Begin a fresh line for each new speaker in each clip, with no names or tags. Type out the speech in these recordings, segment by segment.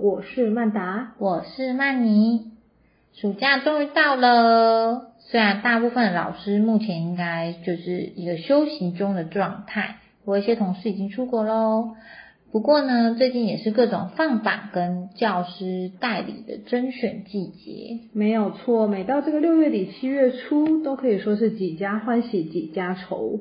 我是曼达。
我是曼妮。暑假终于到了，虽然大部分老师目前应该就是一个休息中的状态，我一些同事已经出国喽。不过呢，最近也是各种放榜跟教师代理的甄选季节，
没有错，每到这个六月底、七月初，都可以说是几家欢喜几家愁。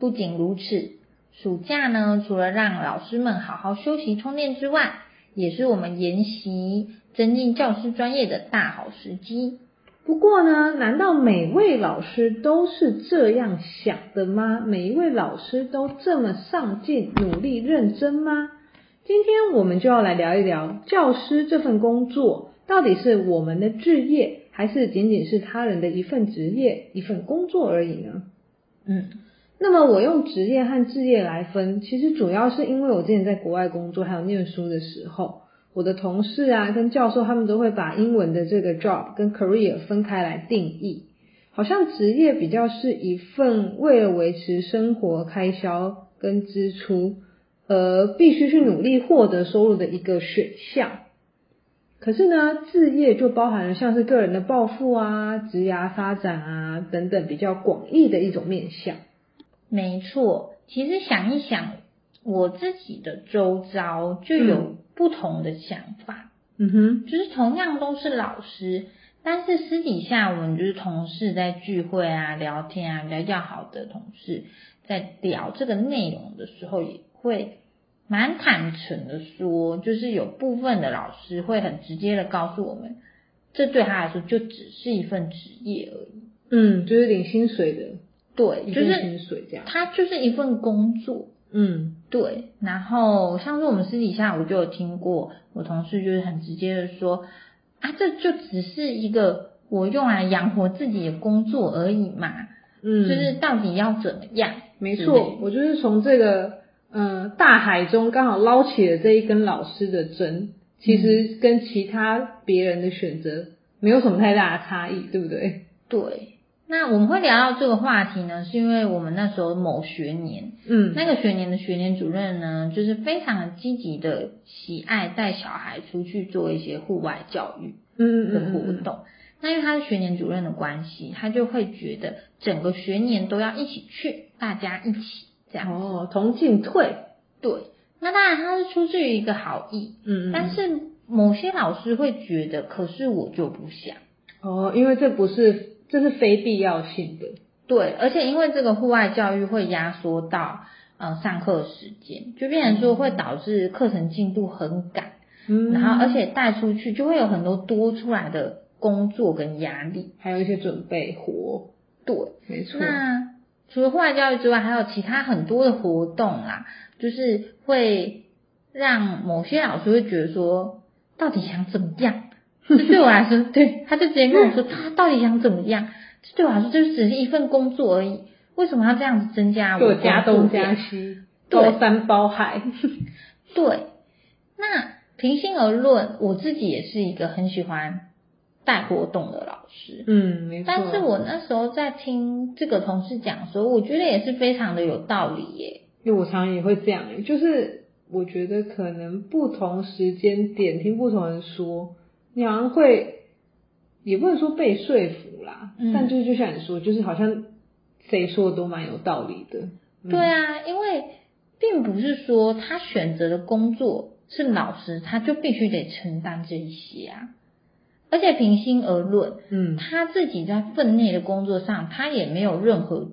不仅如此，暑假呢，除了让老师们好好休息充电之外，也是我们研习增进教师专业的大好时机。
不过呢，难道每位老师都是这样想的吗？每一位老师都这么上进、努力、认真吗？今天我们就要来聊一聊教师这份工作到底是我们的置业，还是仅仅是他人的一份职业、一份工作而已呢？
嗯，
那么我用职业和置业来分，其实主要是因为我之前在国外工作还有念书的时候，我的同事啊跟教授他们都会把英文的这个 job 跟 career 分开来定义，好像职业比较是一份为了维持生活开销跟支出，而必须去努力获得收入的一个选项。可是呢，置业就包含了像是个人的抱负啊、职涯发展啊等等比较广义的一种面向。
没错，其实想一想，我自己的周遭就有不同的想法，
嗯哼，
就是同样都是老师，但是私底下我们就是同事在聚会啊、聊天啊，比较要好的同事在聊这个内容的时候，也会蛮坦诚的说，就是有部分的老师会很直接的告诉我们，这对他来说就只是一份职业而已。
嗯，就是领薪水的，
对，
一
就
份
是
薪水这样。
它就是一份工作，
嗯
对，然后上次我们私底下我就有听过，我同事就是很直接的说，啊，这就只是一个我用来养活自己的工作而已嘛，
嗯，
就是嗯到底要怎么样？
没
之类
错，我就是从这个嗯、呃大海中刚好捞起了这一根老师的针，其实跟其他别人的选择没有什么太大的差异，对不对？
对，那我们会聊到这个话题呢，是因为我们那时候某学年，
嗯
那个学年的学年主任呢，就是非常积极的喜爱带小孩出去做一些户外教育。
嗯
的
嗯
活
嗯嗯，
动。那因为他是学年主任的关系，他就会觉得整个学年都要一起去，大家一起这样。
哦，同进退，
对，那当然他是出自于一个好意，
嗯嗯，
但是某些老师会觉得，可是我就不想。
哦，因为这不是这是非必要性的，
对，而且因为这个户外教育会压缩到呃上课时间，就变成说会导致课程进度很赶，
嗯
然后而且带出去就会有很多多出来的工作跟压力。
还有一些准备活，
对，
没错，
那除了户外教育之外，还有其他很多的活动啦，就是会让某些老师会觉得说，到底想怎么样？这对我来说， 对，他就直接 跟我说，他到底想怎么样？这对我来说，就只是一份工作而已。为什么要这样子增加我
给我
的
加
工
东
作
加
量？
西，
对
包山包 海，
对，那平心而论，我自己也是一个很喜欢带活动的老师。
嗯，没错，
但是我那时候在听这个同事讲说，我觉得也是非常的有道理耶。
因为我常常也会这样、欸，就是我觉得可能不同时间点听不同人说，你好像会，也不能说被说服啦，
嗯
但就是就像你说，就是好像谁说的都蛮有道理的，嗯
对啊，因为并不是说他选择的工作是老师，他就必须得承担这一些啊。而且平心而论，
嗯，
他自己在分内的工作上，他也没有任何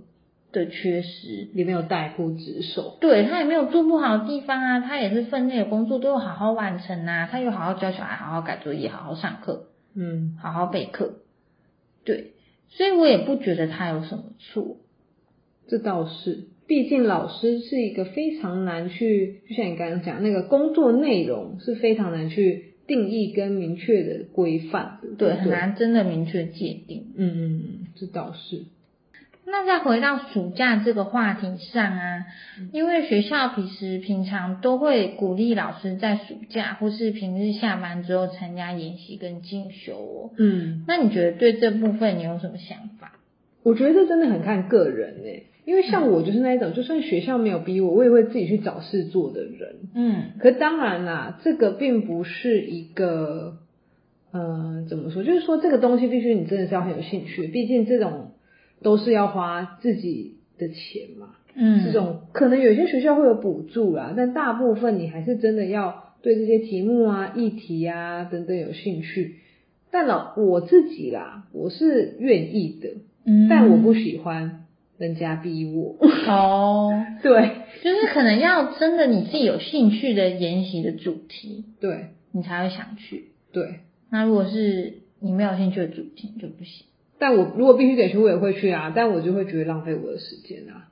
的缺失，
也没有代夫职守，
对他也没有做不好的地方啊，他也是分内的工作都有好好完成啊，他有好好教小孩，好好改作业，好好上课，
嗯
好好备课。对，所以我也不觉得他有什么错。
这倒是，毕竟老师是一个非常难去，就像你刚刚讲那个工作内容是非常难去定义跟明确的规范的，
对，
不
很，难真的明确界定。
嗯嗯嗯，这倒是。
那再回到暑假这个话题上啊，
嗯
因为学校平时平常都会鼓励老师在暑假或是平日下班之后参加研习跟进修哦。
嗯，
那你觉得对这部分你有什么想法？
我觉得这真的很看个人呢、欸因为
嗯
像我就是那一种，就算学校没有逼我，我也会自己去找事做的人。
嗯
可当然啦，这个并不是一个，呃，怎么说？就是说这个东西必须你真的是要很有兴趣，毕竟这种都是要花自己的钱嘛。
嗯，
这种可能有些学校会有补助啦，但大部分你还是真的要对这些题目啊、议题啊等等有兴趣。但老我自己啦，我是愿意的，
嗯，
但我不喜欢人家逼我。
哦，
对
就是可能要真的你自己有兴趣的研习的主题，
对
你才会想去。
对，
那如果是你没有兴趣的主题就不行。
但我如果必须得去，我也会去啊，但我就会觉得浪费我的时间啊，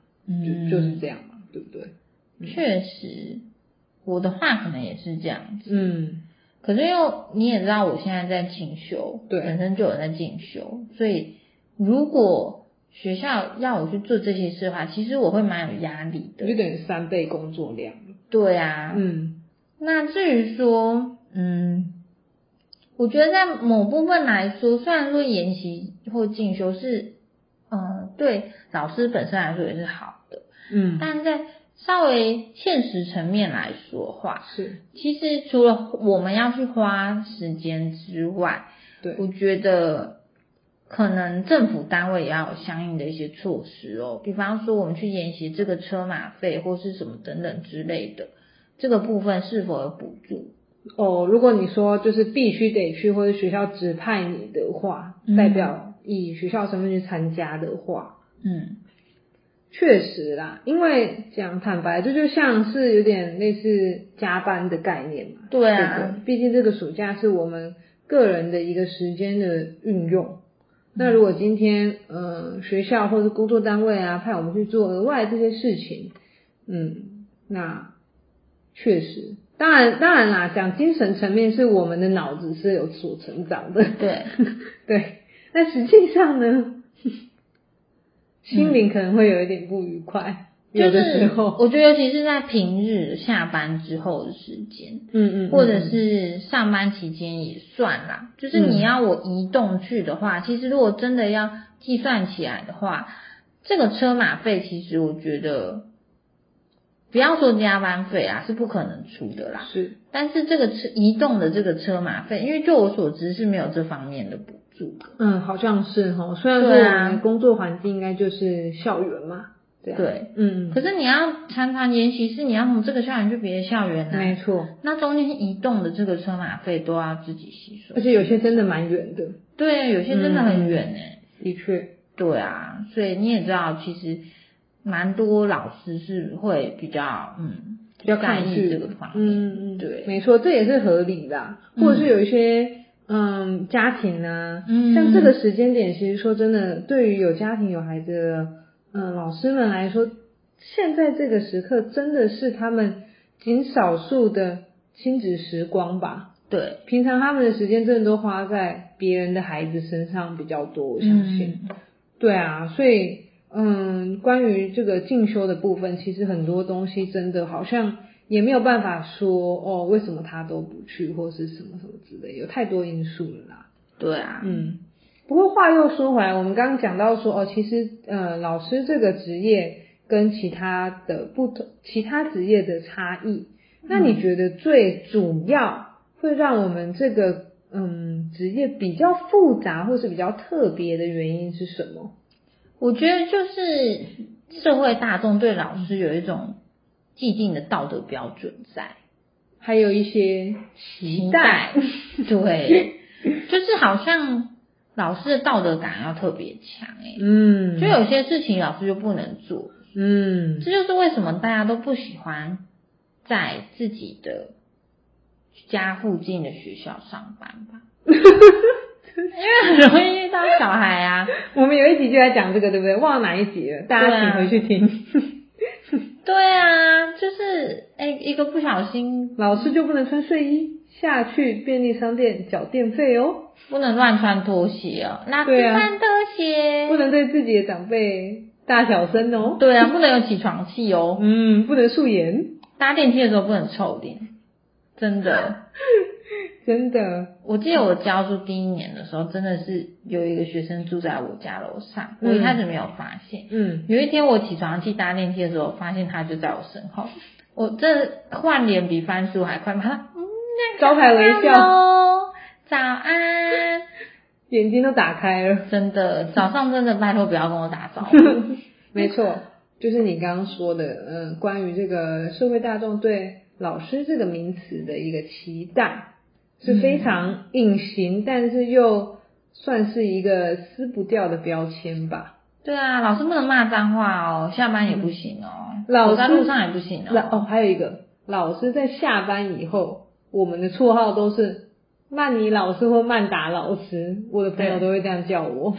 就就是这样嘛，对不对？
嗯
嗯
确实，我的话可能也是这样子。
嗯，
可是又你也知道，我现在在进修，
对
本身就有在进修，所以如果学校要我去做这些事的话，其实我会蛮有压力
就
的。
等于三倍工作量了。
对啊，
嗯
那至于说，嗯，我觉得在某部分来说，虽然说研习或进修是，嗯，对老师本身来说也是好的，
嗯，
但在稍微现实层面来说的话，
是
其实除了我们要去花时间之外，
对，
我觉得可能政府单位也要有相应的一些措施哦，比方说我们去研习这个车马费或是什么等等之类的，这个部分是否有补助？
哦，如果你说就是必须得去，或者学校指派你的话，
嗯
代表以学校身份去参加的话，
嗯
确实啦，因为讲坦白，这就像是有点类似加班的概念嘛。
对
对
啊
不对，毕竟这个暑假是我们个人的一个时间的运用。
嗯
那如果今天呃学校或者工作单位啊派我们去做额外这些事情，嗯，那确实，当然当然啦，讲精神层面是我们的脑子是有所成长的，
对，
对。但实际上呢， 心灵可能会有一点不愉快，
嗯就
有的时
是
候，
我觉得尤其是在平日下班之后的时间，
嗯嗯，嗯嗯
或者是上班期间也算啦。就是你要我移动去的话，其实如果真的要计算起来的话，这个车马费其实我觉得，不要说加班费啊，是不可能出的啦。
嗯是
但是这个车移动的这个车马费，因为就我所知是没有这方面的补助的。
嗯，好像是哈。虽然说
对
我
啊
们的工作环境应该就是校园嘛，对啊，
对，
嗯，
可是你要常常研习，是你要从这个校园去别的校园来、
没错。
那中间移动的这个车马费都要自己吸收
而。且有嗯些真的蛮远的，
对，啊有些真的很远哎、
的确，
对啊，所以你也知道，其实蛮多老师是会比较嗯
比较
在
抗
意
拒
这个方面。
嗯嗯，
对
没错，这也是合理的。
嗯
或者是有一些嗯家庭啊，
嗯
像这个时间点，其实说真的，对于有家庭有孩子的嗯老师们来说，现在这个时刻真的是他们仅少数的亲子时光吧。
对，
平常他们的时间真的都花在别人的孩子身上比较多，我
我
相信。
嗯
对啊，所以嗯，关于这个进修的部分，其实很多东西真的好像也没有办法说哦，为什么他都不去，或是什么什么之类，有太多因素了啦。
对啊，
嗯，不过话又说回来，我们刚刚讲到说哦，其实呃，老师这个职业跟其他的不同，其他职业的差异，
嗯
那你觉得最主要会让我们这个嗯职业比较复杂或是比较特别的原因是什么？
我觉得就是社会大众对老师有一种既定的道德标准在，
还有一些期待，
对，就是好像老师的道德感要特别强哎、
嗯，
就有些事情老师就不能做，
嗯
这就是为什么大家都不喜欢在自己的家附近的学校上班 吧，因为很容易遇到小孩啊。
我们有一集就在讲这个，对不对？忘了哪一集了，大
对
家
啊
请回去听。
对啊，就是哎、一个不小心
老师就不能穿睡衣下去便利商店缴电费哦，
不能乱穿拖鞋哦，哪去
对啊
穿拖鞋？
不能对自己的长辈大小声哦，
对啊，不能有起床气哦，
嗯，不能素颜，
搭电梯的时候不能臭脸，真的。
真的，
我记得我教书第一年的时候，真的是有一个学生住在我家楼上，我一开始没有发现。
嗯，
有一天我起床去搭电梯的时候，发现他就在我身后，我这换脸比翻书还快，马上
哦
嗯，
招牌微笑
hello，早安，
眼睛都打开 了，
真的早上真的拜托不要跟我打 招呼，
没错，就是你刚刚说的，嗯、关于这个社会大众对老师这个名词的一个期待，是非常隐形，但是又算是一个撕不掉的标签吧。
对啊，老师不能骂脏话哦，下班也不行哦，
老师
走在路上也不行
那
哦，
哦，还有一个，老师在下班以后，我们的绰号都是曼尼老师或曼达老师，我的朋友都会这样叫 我，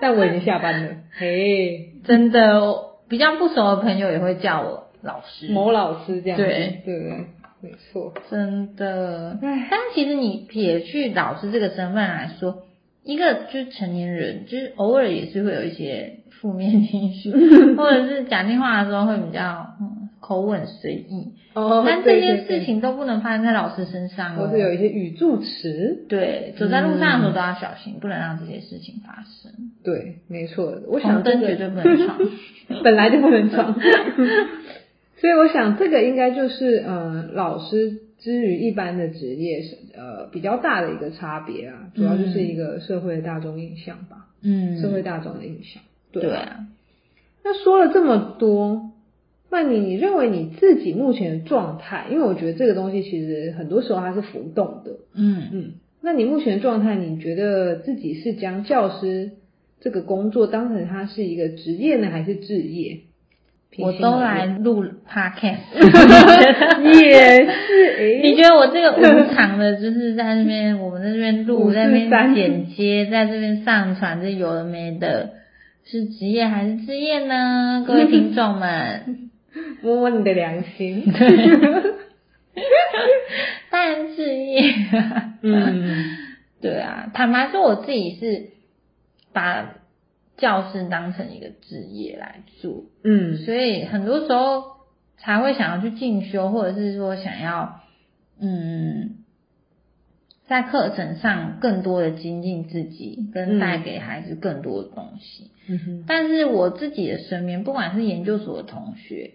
但我已经下班了，嘿，
真的，我比较不熟的朋友也会叫我老师，
某老师这样子，
嗯对
对不对？没错，
真的。
唉
但其实你撇去老师这个身份来说，一个就是成年人，就是偶尔也是会有一些负面情 绪，或者是讲电话的时候会比较、嗯、口吻随意。
哦
但这些事。
对对对
情都不能发生在老师身上
或
哦
是。有一嗯些语助词，
对，走在路上的时候都要小心，不能让这些事情发生。
对，没错。我想
红灯
这个
绝对不能 闯。
本来就不能闯。 所以我想，这个应该就是呃，老师之于一般的职业是呃比较大的一个差别啊，主要就是一个社会大众印象吧，
嗯，
社会大众的印象。对
对啊，
那说了这么多，那你你认为你自己目前的状态？因为我觉得这个东西其实很多时候它是浮动的。
嗯。
嗯，那你目前的状态，你觉得自己是将教师这个工作当成它是一个职业呢，还是置业？
我
平心而
都来
论，
录 podcast，
也是诶，
你觉得我这个无偿的，就是在那边，我们在这边录，
五
在那
四三
边剪接，在这边上传，这有的没的，是职业还是置业 呢？各位听众们，
摸摸你的良心，
当然置业。
嗯，
对啊，坦白说，我自己是把教师当成一个职业来做，
嗯
所以很多时候才会想要去进修，或者是说想要嗯，在课程上更多的精进自己，跟
嗯
带给孩子更多的东西。
嗯哼，
但是我自己的身边，不管是研究所的同学，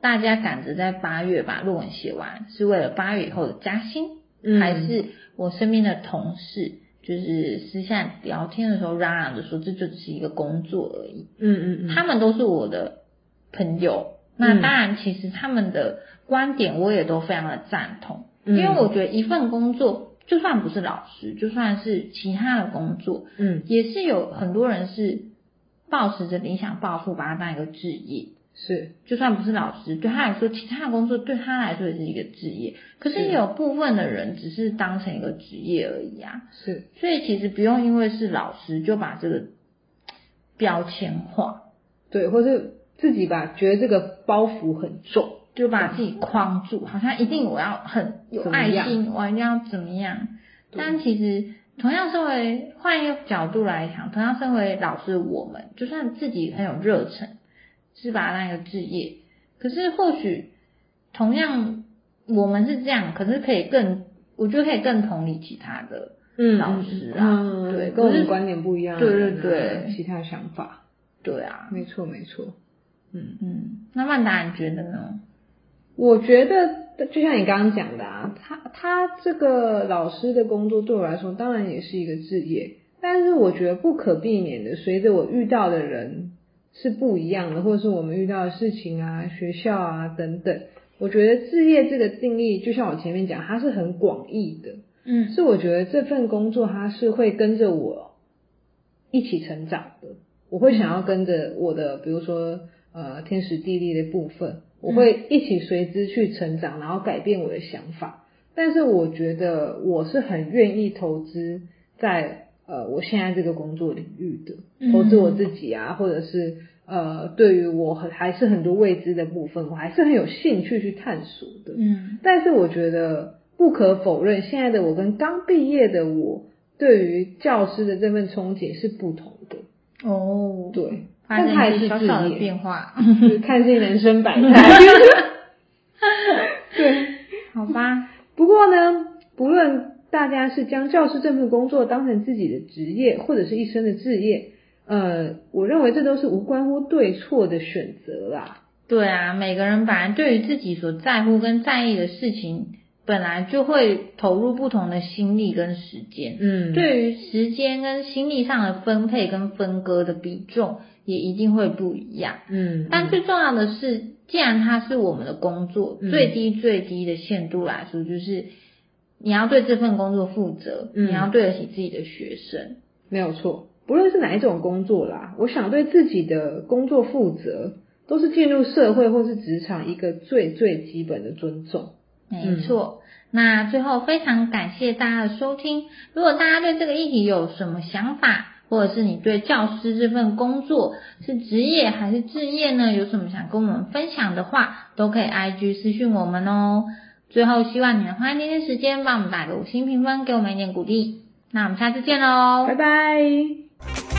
大家赶着在八月把论文写完，是为了八月以后的加薪，
嗯
还是我身边的同事。就是私下聊天的时候嚷嚷着说，这就只是一个工作而已。
嗯嗯嗯，
他们都是我的朋友。那当然，其实他们的观点我也都非常的赞同，
嗯
因为我觉得一份工作，就算不是老师，就算是其他的工作，
嗯
也是有很多人是抱持着理想抱负，把它当一个职业。
是，
就算不是老师，对他来说，其他的工作对他来说也是一个职业。可是
是
也有部分的人只是当成一个职业而已啊。
是
所以其实不用因为是老师就把这个标签化。
对，或是自己吧，觉得这个包袱很重，
就把自己框住，好像一定我要很有
怎么
爱
样
心，我一定要怎么样。
对
但其实，同样身为换一个角度来想，同样身为老师，我们就算自己很有热忱，是把那个置业，可是或许同样我们是这样，可是可以更，我觉得可以更同理其他的
嗯
老师啊，
嗯，
对，
跟我
可
们
是
观点不一样，
对对对
其他想法，
对啊，
没错没错，嗯。
嗯，那曼达你觉得呢？
我觉得就像你刚刚讲的啊，他他这个老师的工作对我来说当然也是一个职业，但是我觉得不可避免的，随着我遇到的人是不一样的，或者是我们遇到的事情啊、学校啊等等，我觉得职业这个定义，就像我前面讲，它是很广义的，
嗯
是我觉得这份工作它是会跟着我一起成长的，我会想要跟着我的，比如说呃天时地利的部分，我会一起随之去成长，然后改变我的想法。但是我觉得我是很愿意投资在呃我现在这个工作领域的，投资我自己啊，或者是呃对于我很还是很多未知的部分，我还是很有兴趣去探索的。
嗯
但是我觉得不可否认，现在的我跟刚毕业的我对于教师的这份憧憬是不同的。
哦，
对，
发生
但它还
一些
是
小
自
小的
恋
变化。
就是看尽人生百态。对，
好吧，
不过呢，不论大家是将教师这份工作当成自己的职业或者是一生的志业，呃，我认为这都是无关乎对错的选择啦。
对啊，每个人本来对于自己所在乎跟在意的事情，本来就会投入不同的心力跟时间。
嗯对，
对于时间跟心力上的分配跟分割的比重，也一定会不一样。
嗯，
但最重要的是，既然它是我们的工作，
嗯
最低最低的限度来说，就是你要对这份工作负责，
嗯
你要对得起自己的学生。
没有错，不论是哪一种工作啦，我想对自己的工作负责，都是进入社会或是职场一个最最基本的尊重。
没错。那最后非常感谢大家的收听。如果大家对这个议题有什么想法，或者是你对教师这份工作是职业还是置业呢，有什么想跟我们分享的话，都可以 IG 私讯我们哦。最后，希望你能花一点点时间帮我们打个五星评分，给我们一点鼓励。那我们下次见喽，
拜拜。